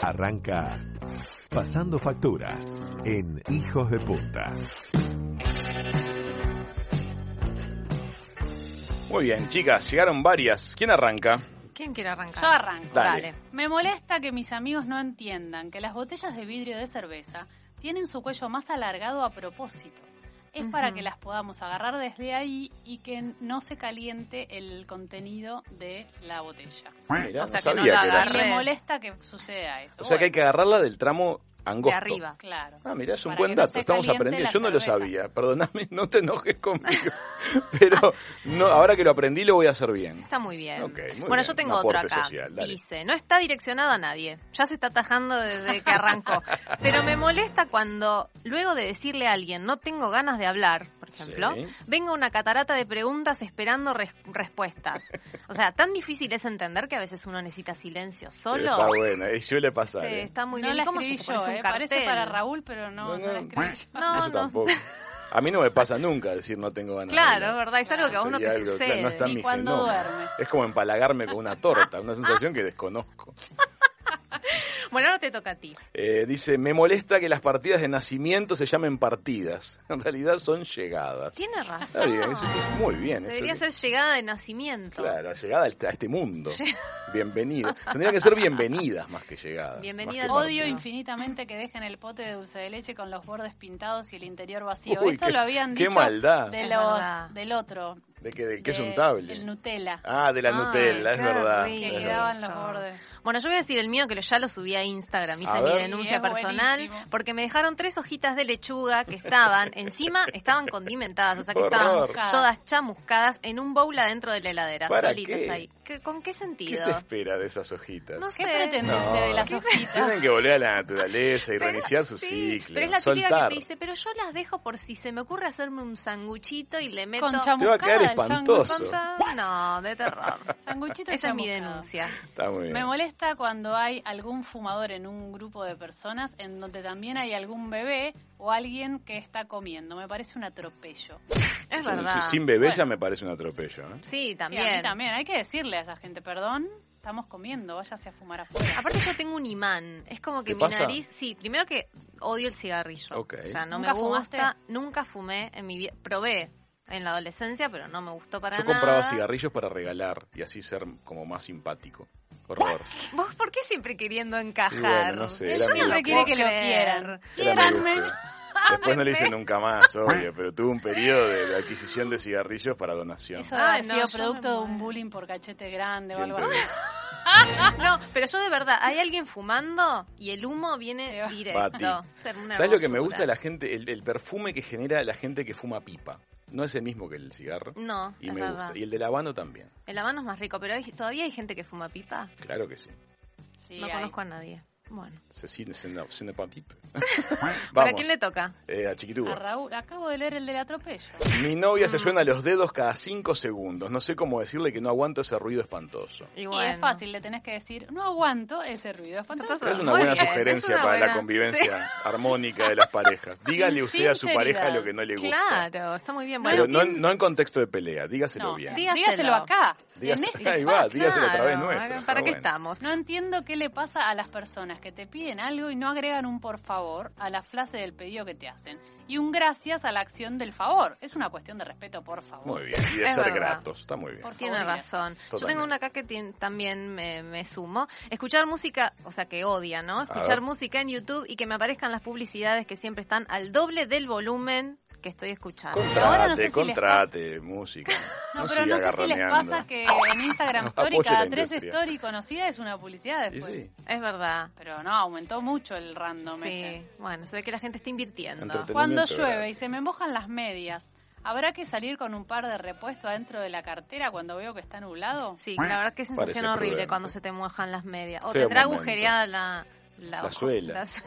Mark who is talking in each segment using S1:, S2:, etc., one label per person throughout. S1: Arranca Pasando Factura en Hijos de Punta.
S2: Muy bien, chicas, llegaron varias. ¿Quién arranca?
S3: ¿Quién quiere arrancar?
S4: Yo arranco.
S2: Ah, Dale.
S4: Me molesta que mis amigos no entiendan que las botellas de vidrio de cerveza tienen su cuello más alargado a propósito. Es para
S3: Ujú.
S4: que las podamos agarrar desde ahí y que no se caliente el contenido de la botella.
S2: Mirá,
S3: O sea
S2: no sabía
S3: que no la
S2: que era
S4: Y
S3: agarres.
S2: así.
S4: le
S3: Arres.
S4: molesta que suceda eso.
S2: O sea que hay que agarrarla del tramo angosto.
S3: de arriba.
S4: Claro.
S2: Ah, mirá, es un
S4: Para
S2: buen
S4: que no
S2: dato.
S4: se
S2: Estamos
S4: caliente
S2: aprendiendo.
S4: la
S2: Yo no lo
S4: cerveza.
S2: sabía. Perdóname, no te enojes conmigo. Pero no, ahora que lo aprendí, lo voy a hacer bien.
S3: Está muy bien.
S2: Ok, muy
S3: bueno,
S2: bien,
S3: yo tengo
S2: un
S3: otro
S2: aporte
S3: acá.
S2: social, dale.
S3: Dice, no está direccionado a nadie. Ya se está tajando desde que arrancó. Pero me molesta cuando, luego de decirle a alguien, no tengo ganas de hablar, por ejemplo,
S2: Sí.
S3: venga una catarata de preguntas esperando res- respuestas. O sea, tan difícil es entender que a veces uno necesita silencio solo.
S2: Está bueno, eh, suele pasar.
S3: Sí,
S2: eh.
S3: está muy
S4: no
S3: bien.
S4: la
S3: ¿Y ¿Cómo se
S4: escribí
S3: te
S4: yo,
S3: pones un
S4: eh.
S3: cartel?
S4: parece para Raúl, pero no,
S2: No,
S4: no,
S2: no.
S4: la escribí yo.
S3: No,
S2: Eso
S3: no.
S2: tampoco. A mí no me pasa nunca decir no tengo ganas. de
S3: Claro, es
S2: hablar.
S3: verdad. Es algo que a uno te
S2: Sería algo,
S3: sucede.
S2: claro, no está en
S4: Ni
S2: mi
S4: cuando
S2: genoma.
S4: duerme.
S2: Es como empalagarme con una torta, una sensación que desconozco.
S3: Bueno, ahora te toca a ti.
S2: Eh, dice, me molesta que las partidas de nacimiento se llamen partidas. En realidad son llegadas.
S3: Tienes
S2: Está
S3: razón.
S2: bien, eso es muy bien.
S3: Debería
S2: esto
S3: ser
S2: es-
S3: llegada de nacimiento.
S2: Claro, llegada al- a este mundo. Bienvenida. Tendría que ser bienvenidas más que llegadas.
S3: Bienvenida
S2: más que
S3: al
S4: Odio
S2: partidas.
S3: Claro.
S4: infinitamente que dejen el pote de dulce de leche con los bordes pintados y el interior vacío.
S2: Uy,
S4: Esto
S2: qué-
S4: lo habían
S2: qué
S4: dicho
S2: maldad.
S4: de
S3: Es
S4: los-
S3: verdad.
S4: del otro.
S2: De que, del que es
S4: de-
S2: untable.
S4: El Nutella.
S2: Ah, de la
S3: Ah,
S2: Nutella, es
S3: claro,
S2: verdad.
S3: sí.
S4: que
S2: es verdad.
S4: quedaban los bordes.
S3: Bueno, yo voy a decir el mío que lo- ya lo subí a Instagram, hice
S2: A
S3: mi
S2: ver.
S3: denuncia
S4: Sí, es
S3: personal,
S4: buenísimo.
S3: porque me dejaron tres hojitas de lechuga que estaban, encima estaban condimentadas, o sea que
S2: Horror.
S3: estaban todas chamuscadas en un bowl adentro de la heladera,
S2: ¿Para
S3: solitas
S2: qué?
S3: ahí. ¿Qué- ¿Con qué sentido?
S2: ¿Qué se espera de esas hojitas?
S3: No
S4: ¿Qué
S3: sé.
S4: pretende
S2: No,
S4: usted de las
S2: ¿qué-
S4: hojitas?
S2: Tienen que volver a la naturaleza y
S3: Pero-
S2: reiniciar su
S3: sí,
S2: ciclo.
S3: Pero es la típica que
S2: soltar.
S3: te dice, pero yo las dejo por si se me ocurre hacerme un sanguchito y le meto...
S4: Con
S2: Te va a quedar
S4: chamuscada, el
S2: espantoso.
S4: chango-
S3: Con- No, de terror.
S4: sanguchito
S3: Esa es mi
S4: chamuscado.
S3: denuncia.
S2: Está muy bien.
S4: Me molesta cuando hay algún fumador en un grupo de personas en donde también hay algún bebé o alguien que está comiendo. Me parece un atropello.
S3: Es
S2: Sí,
S3: verdad.
S2: sí, Sin bebé ya
S4: Bueno.
S2: me parece un atropello. ¿eh?
S3: Sí,
S4: Sí, a mí
S3: también.
S4: también. Hay que decirle a esa gente, perdón, estamos comiendo, váyase a fumar afuera.
S3: Aparte yo tengo un imán, es como que
S2: ¿Te
S3: mi
S2: pasa?
S3: nariz, sí, primero que odio el cigarrillo,
S2: Ok.
S3: o sea, no me
S4: ¿Nunca
S3: gusta,
S4: fumaste?
S3: nunca fumé en mi vida, probé en la adolescencia, pero no me gustó para
S2: Yo
S3: nada.
S2: compraba cigarrillos para regalar y así ser como más simpático. Horror.
S3: ¿Vos por qué siempre queriendo encajar?
S2: bueno, no sé, era
S3: Yo
S2: mi
S3: no
S2: gusto.
S3: lo puedo
S4: Quiere que lo
S3: creer.
S4: quieran.
S2: Era mi
S4: Quieranme.
S2: gusto.
S3: Ah,
S2: Después no le hice nunca más, obvio, pero tuve un periodo de, de adquisición de cigarrillos para donación.
S4: Eso ha
S3: Ay, no,
S4: sido
S3: yo
S4: producto
S3: me
S4: de un
S3: muero.
S4: bullying por cachete grande o algo
S2: Siempre
S4: así.
S3: Ah, No, pero yo de verdad, hay alguien fumando y el humo viene
S4: Te va.
S2: Bati.
S3: directo. Ser una
S2: ¿Sabes lo que me gusta de
S3: hermosura.
S2: la gente? El, el perfume que genera la gente que fuma pipa. No es el mismo que el cigarro.
S3: No,
S2: Y
S3: Mm, es
S2: me
S3: verdad.
S2: gusta. Y el de habano también.
S3: El habano es más rico, pero hay- todavía hay gente que fuma pipa.
S2: Claro que sí.
S4: Sí,
S3: no
S4: hay.
S3: conozco a nadie. Bueno.
S2: Se sin- sin- sin el papip.
S3: ¿Para
S2: Vamos.
S3: quién le toca?
S2: eh, a Chiquitúa.
S4: A Raúl, acabo de leer el del atropello.
S2: Mi novia
S3: Mm.
S2: se suena los dedos cada cinco segundos. No sé cómo decirle que no aguanto ese ruido espantoso.
S3: Y,
S4: Y
S3: bueno.
S4: es fácil, le tenés que decir, no aguanto ese ruido espantoso.
S2: Es una
S3: Muy
S2: buena
S3: bien,
S2: sugerencia
S3: es una
S2: para la
S3: buena-
S2: convivencia armónica de las parejas. Dígale usted a su
S4: Sinceridad.
S2: pareja lo que no le gusta.
S3: Claro, está muy bien.
S2: Pero
S3: Bueno,
S2: no, no en contexto de pelea, dígaselo
S4: No,
S2: bien.
S3: Dí-
S4: dígaselo. dígaselo acá.
S2: Dígaselo-
S4: en este
S2: ahí va,
S4: espacio.
S2: dígaselo a través
S3: claro,
S2: nuestro,
S3: ¿Para
S2: está
S3: qué
S2: bueno.
S3: estamos?
S4: No entiendo qué le pasa a las personas que te piden algo y no agregan un por favor a la frase del pedido que te hacen. Y un gracias a la acción del favor. Es una cuestión de respeto, por favor.
S2: Muy bien, y de
S3: Es
S2: ser
S3: verdad.
S2: gratos, está muy bien.
S4: Por
S3: Tiene
S4: favor,
S3: razón. Yo
S2: Totalmente.
S3: tengo una acá que tien- también me, me sumo. Escuchar música, o sea, que odia, ¿no?
S2: ver.
S3: Escuchar música en YouTube y que me aparezcan las publicidades que siempre están al doble del volumen que estoy escuchando.
S2: Contrate,
S4: Ahora no sé si les
S2: contrate, música.
S4: No, pero no
S2: siga
S4: sé si les
S2: garroneando.
S4: pasa que en Instagram Story
S2: Apoye la
S4: cada tres
S2: industria.
S4: story conocida es una publicidad
S2: Y
S4: después.
S2: sí,
S3: Es verdad.
S4: Pero no, aumentó mucho el random
S3: Sí,
S4: ese.
S3: bueno, se ve que la gente está invirtiendo.
S2: Entreten-
S4: Cuando
S2: Entendimiento,
S4: llueve
S2: ¿verdad?
S4: y se me mojan las medias, ¿habrá que salir con un par de repuesto adentro de la cartera cuando veo que está nublado?
S3: Sí, la verdad que es sensación
S2: Parece
S3: horrible
S2: prudente.
S3: cuando se te mojan las medias. O
S2: Feo
S3: tendrá
S2: momento.
S3: agujereada la, la,
S2: La suela.
S3: la su-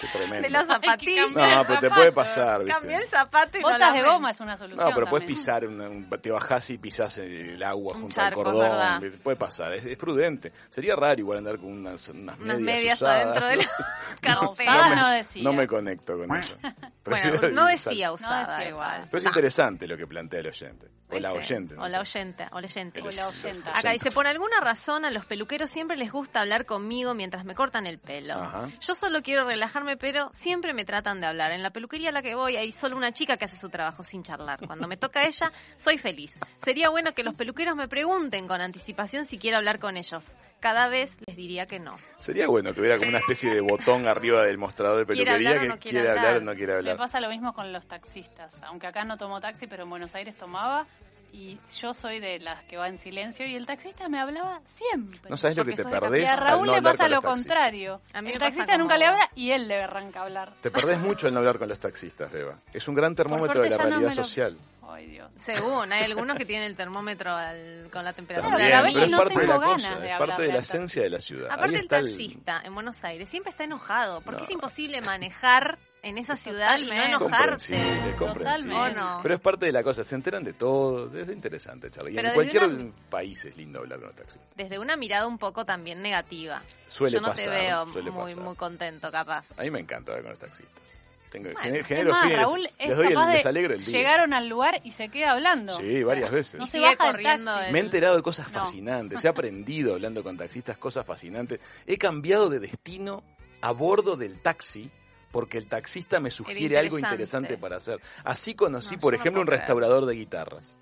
S2: qué tremendo.
S3: de las zapatillas.
S4: cambiar
S2: No,
S4: el
S2: pero te
S4: zapato.
S2: puede pasar, ¿viste?
S3: Cambié el zapato y no la
S4: Botas de
S3: ven.
S4: goma es una
S2: No,
S4: solución.
S2: pero puedes
S4: también.
S2: pisar, una- un- te bajás y pisás el agua
S3: Un
S2: junto
S3: charco,
S2: al
S3: es
S2: cordón.
S3: verdad.
S2: ¿viste? Puede pasar, es, es prudente. Sería raro igual andar con unas, unas,
S3: Unas
S2: medias,
S3: medias
S2: usadas.
S3: adentro de la
S4: Usadas
S3: cartera.
S4: no decía.
S2: No me conecto con eso.
S3: bueno,
S2: Prefiero
S3: no
S2: el sal-
S3: decía usada
S4: usada.
S3: igual.
S4: Ah.
S2: Pero es interesante lo que plantea el oyente. O la
S3: Dice,
S2: oyente, no
S3: O la
S2: sé.
S3: oyente, o la oyente.
S4: O la oyenta.
S3: Acá dice,
S2: Oyentas.
S3: por alguna razón a los peluqueros siempre les gusta hablar conmigo mientras me cortan el pelo.
S2: Ajá.
S3: Yo solo quiero relajarme, pero siempre me tratan de hablar. En la peluquería a la que voy hay solo una chica que hace su trabajo sin charlar. Cuando me toca ella, soy feliz. Sería bueno que los peluqueros me pregunten con anticipación si quiero hablar con ellos. Cada vez les diría que no.
S2: Sería bueno que hubiera como una especie de botón arriba del mostrador de
S3: Quiere
S2: peluquería
S3: hablar o
S2: que
S3: no quiere
S2: quiere hablar o
S3: hablar.
S2: no quiere
S4: Me
S2: hablar.
S4: pasa lo mismo con los taxistas. Aunque acá no tomo taxi, pero en Buenos Aires tomaba. Y yo soy de las que va en silencio. Y el taxista me hablaba siempre.
S2: No sabes lo que te
S3: Porque sos de
S4: y
S2: perdés.
S4: a Raúl
S2: al no
S4: le
S2: hablar
S4: pasa
S2: con
S4: lo
S2: los taxistas.
S4: contrario.
S3: A mí me
S4: el
S3: pasa
S4: taxista
S3: como
S4: nunca le
S3: vos.
S4: habla y él le arranca a hablar.
S2: Te perdés mucho al no hablar con los taxistas, Reba. Es un gran termómetro
S4: suerte
S2: de la
S4: ya no
S2: realidad
S4: me lo-
S2: social.
S4: Ay, Dios.
S3: Según, hay algunos que tienen el termómetro al- con la temperatura.
S4: También, a
S3: al
S4: veces
S2: pero es
S3: mil.
S4: no
S2: parte de la
S4: tengo ganas
S2: cosa,
S4: de
S2: es
S4: hablarle
S2: parte de
S4: al
S2: la
S4: taxista.
S2: esencia de la ciudad.
S3: Aparte
S2: Ahí
S3: el
S2: está
S3: taxista en Buenos Aires siempre está enojado porque
S2: No.
S3: es imposible manejar en esa ciudad y no
S4: Totalmente.
S3: enojarte.
S2: Comprensible, comprensible.
S3: Totalmente. ¿O no?
S2: Pero es parte de la cosa, se enteran de todo, es interesante, Charlie. Y
S3: Pero
S2: en
S3: desde
S2: cualquier
S3: una-
S2: país es lindo hablar con los taxistas.
S3: Desde una mirada un poco también negativa.
S2: Suele
S3: Yo no
S2: pasar,
S3: te veo
S2: suele
S3: muy,
S2: pasar.
S3: muy contento, capaz.
S2: A mí me encanta hablar con los taxistas. Tengo,
S3: Bueno,
S2: gener-
S4: Es
S2: genero
S4: más,
S2: fines,
S4: Raúl es
S2: les doy el,
S4: capaz
S2: les
S4: de
S2: alegro el día.
S4: llegaron al lugar y se queda hablando.
S2: Sí, varias veces.
S4: No
S3: Y
S4: se
S3: sigue
S4: baja del
S3: corriendo
S4: taxi.
S3: el-
S2: Me he enterado de cosas
S4: No.
S2: fascinantes, he aprendido hablando con taxistas cosas fascinantes. He cambiado de destino a bordo del taxi porque el taxista me sugiere algo
S3: interesante.
S2: interesante para hacer. Así conocí,
S3: No,
S2: por
S3: yo no
S2: ejemplo, un
S3: puedo creer.
S2: restaurador de guitarras.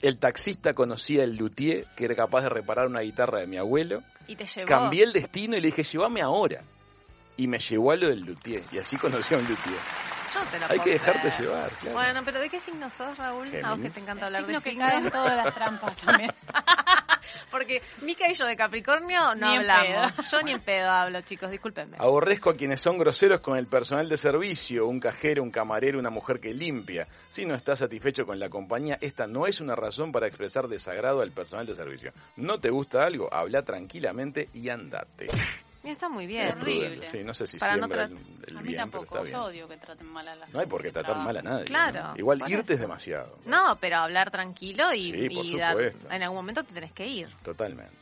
S2: El taxista conocía el luthier que era capaz de reparar una guitarra de mi abuelo.
S3: Y te llevó.
S2: Cambié el destino y le dije, llévame ahora. Y me llevó a lo del luthier. Y así conocí a un luthier.
S3: Yo te lo
S2: Hay
S3: puedo
S2: que dejarte
S3: creer.
S2: llevar, claro.
S3: Bueno, pero ¿de qué signo sos, Raúl? A vos que
S2: Géminis.
S3: te encanta hablar
S4: Signo
S3: de
S4: que
S3: signos.
S4: cae en todas las trampas también.
S3: Porque Mica y yo de Capricornio no
S4: Ni en
S3: hablamos. Yo ni en pedo hablo, chicos, discúlpenme.
S2: Aborrezco a quienes son groseros con el personal de servicio, un cajero, un camarero, una mujer que limpia. Si no estás satisfecho con la compañía, esta no es una razón para expresar desagrado al personal de servicio. ¿No te gusta algo? Habla tranquilamente y andate.
S3: Y está muy
S2: Es
S3: bien.
S4: horrible.
S2: prudente. Sí, no sé si
S3: Para no
S2: siembra
S3: tra-
S2: el- el
S4: A mí
S2: bien, pero está
S4: tampoco.
S2: bien.
S4: Yo odio que traten mal a la
S2: No hay por qué tratar mal a nadie.
S3: Claro,
S2: ¿no? Igual
S3: por
S2: irte es
S3: eso.
S2: demasiado.
S3: No, pero hablar tranquilo y,
S2: Sí, por
S3: y dar-
S2: supuesto.
S3: en algún momento te tenés que ir.
S2: Totalmente.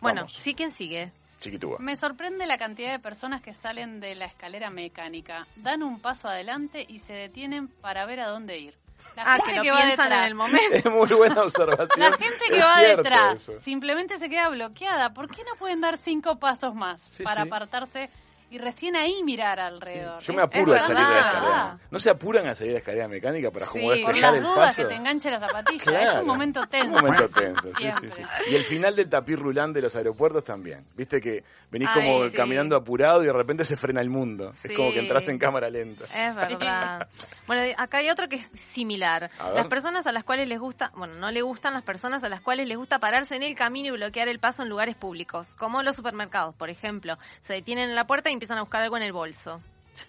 S3: Bueno,
S2: Vamos.
S3: sí, ¿quién sigue?
S2: Chiquitúa.
S4: Me sorprende la cantidad de personas que salen de la escalera mecánica, dan un paso adelante y se detienen para ver a dónde ir. La
S3: Ah,
S4: gente
S3: que lo
S4: que va
S3: piensan
S4: detrás.
S3: en el momento.
S2: Es muy buena observación.
S4: La gente que
S2: Es
S4: va
S2: cierto
S4: detrás
S2: eso.
S4: simplemente se queda bloqueada. ¿Por qué no pueden dar cinco pasos más
S2: Sí,
S4: para
S2: sí.
S4: apartarse y recién ahí mirar
S2: Sí,
S4: alrededor?
S2: Yo me
S4: Es-
S2: apuro a
S4: es
S2: salir de la
S4: verdad.
S2: escalera. No se apuran a salir de la escalera mecánica para
S3: Sí,
S2: como
S4: Por
S2: despejar
S4: las
S2: el
S4: dudas que
S2: paso.
S4: te enganche la zapatilla.
S2: Claro.
S4: Es un momento tenso.
S2: Un momento tenso, sí, sí,
S4: Siempre.
S2: sí. Y el final del tapiz rulán de los aeropuertos también. Viste que venís
S3: Ay,
S2: como
S3: sí.
S2: caminando apurado y de repente se frena el mundo.
S3: Sí.
S2: Es como que entras en cámara lenta.
S3: Es verdad. Bueno, de- acá hay otro que es similar.
S2: A ver.
S3: Las personas a las cuales les gusta, bueno, no le gustan las personas a las cuales les gusta pararse en el camino y bloquear el paso en lugares públicos, como los supermercados, por ejemplo. Se detienen en la puerta y empiezan a buscar algo en el bolso.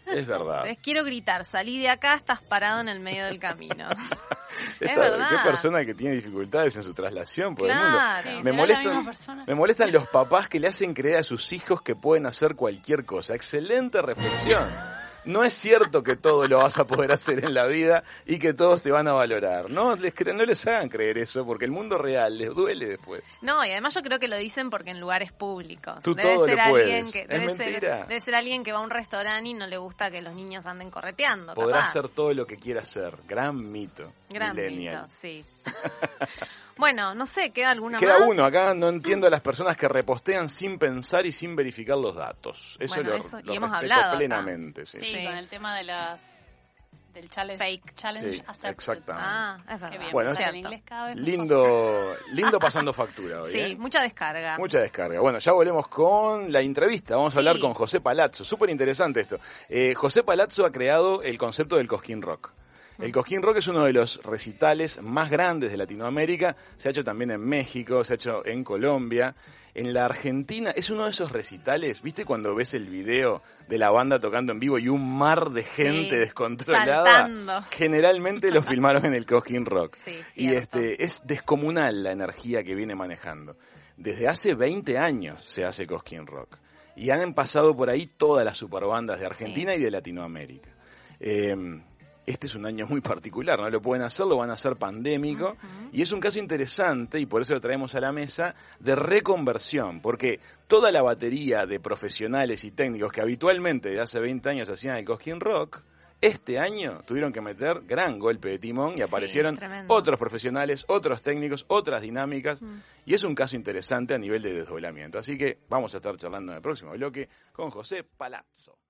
S2: Es verdad.
S3: Les quiero gritar, salí de acá, estás parado en el medio del camino. es
S2: Esta-
S3: verdad.
S2: Qué persona que tiene dificultades en su traslación por el mundo.
S3: Claro.
S4: Sí,
S3: Me
S4: será la
S2: molestan-
S4: misma persona.
S2: Me molestan los papás que le hacen creer a sus hijos que pueden hacer cualquier cosa. Excelente reflexión. No es cierto que todo lo vas a poder hacer en la vida y que todos te van a valorar. No les, cre- no les hagan creer eso porque el mundo real les duele después.
S3: No, y además yo creo que lo dicen porque en lugares públicos.
S2: Tú todo lo
S3: alguien
S2: puedes.
S3: que
S2: Es
S3: debe
S2: mentira.
S3: ser, debe ser alguien que va a un restaurante y no le gusta que los niños anden correteando.
S2: Podrás
S3: capaz.
S2: hacer todo lo que quieras hacer. Gran mito.
S3: Gran
S2: millennial.
S3: mito, sí. bueno, no sé, queda alguna
S2: Queda
S3: más?
S2: uno acá, no entiendo a las personas que repostean sin pensar y sin verificar los datos. Eso
S3: Bueno,
S2: lo,
S3: eso- y
S2: lo
S3: hemos
S2: respeto
S3: hablado acá.
S2: plenamente. sí.
S4: Sí,
S3: Sí.
S4: con el tema de las del challenge
S3: Fake.
S4: challenge
S2: Sí,
S4: accepted.
S2: exactamente.
S3: Ah, es verdad.
S4: Qué
S2: Bueno,
S4: bien, bueno, el
S3: Cierto.
S4: inglés cada vez mejor.
S2: Lindo, lindo pasando factura hoy.
S3: Sí,
S2: ¿eh?
S3: mucha descarga.
S2: Mucha descarga. Bueno, ya volvemos con la entrevista. Vamos
S3: Sí.
S2: a hablar con José Palazzo. Súper interesante esto. Eh, José Palazzo ha creado el concepto del Cosquín Rock. El Cosquín Rock es uno de los recitales más grandes de Latinoamérica. Se ha hecho también en México, se ha hecho en Colombia. En la Argentina es uno de esos recitales, ¿viste cuando ves el video de la banda tocando en vivo y un mar de gente
S3: Sí,
S2: descontrolada?
S3: saltando.
S2: Generalmente lo filmaron en el Cosquín Rock.
S3: Sí,
S2: y
S3: cierto.
S2: este, es descomunal la energía que viene manejando. Desde hace 20 años se hace Cosquín Rock. Y han pasado por ahí todas las superbandas de Argentina y de Latinoamérica. Eh, este es un año muy particular, no lo pueden hacer, lo van a hacer pandémico. Y es un caso interesante, y por eso lo traemos a la mesa, de reconversión. Porque toda la batería de profesionales y técnicos que habitualmente de hace 20 años hacían el Cosquín Rock, Este año tuvieron que meter gran golpe de timón y aparecieron
S3: tremendo.
S2: otros profesionales, otros técnicos, otras dinámicas. Y es un caso interesante a nivel de desdoblamiento. Así que vamos a estar charlando en el próximo bloque con José Palazzo.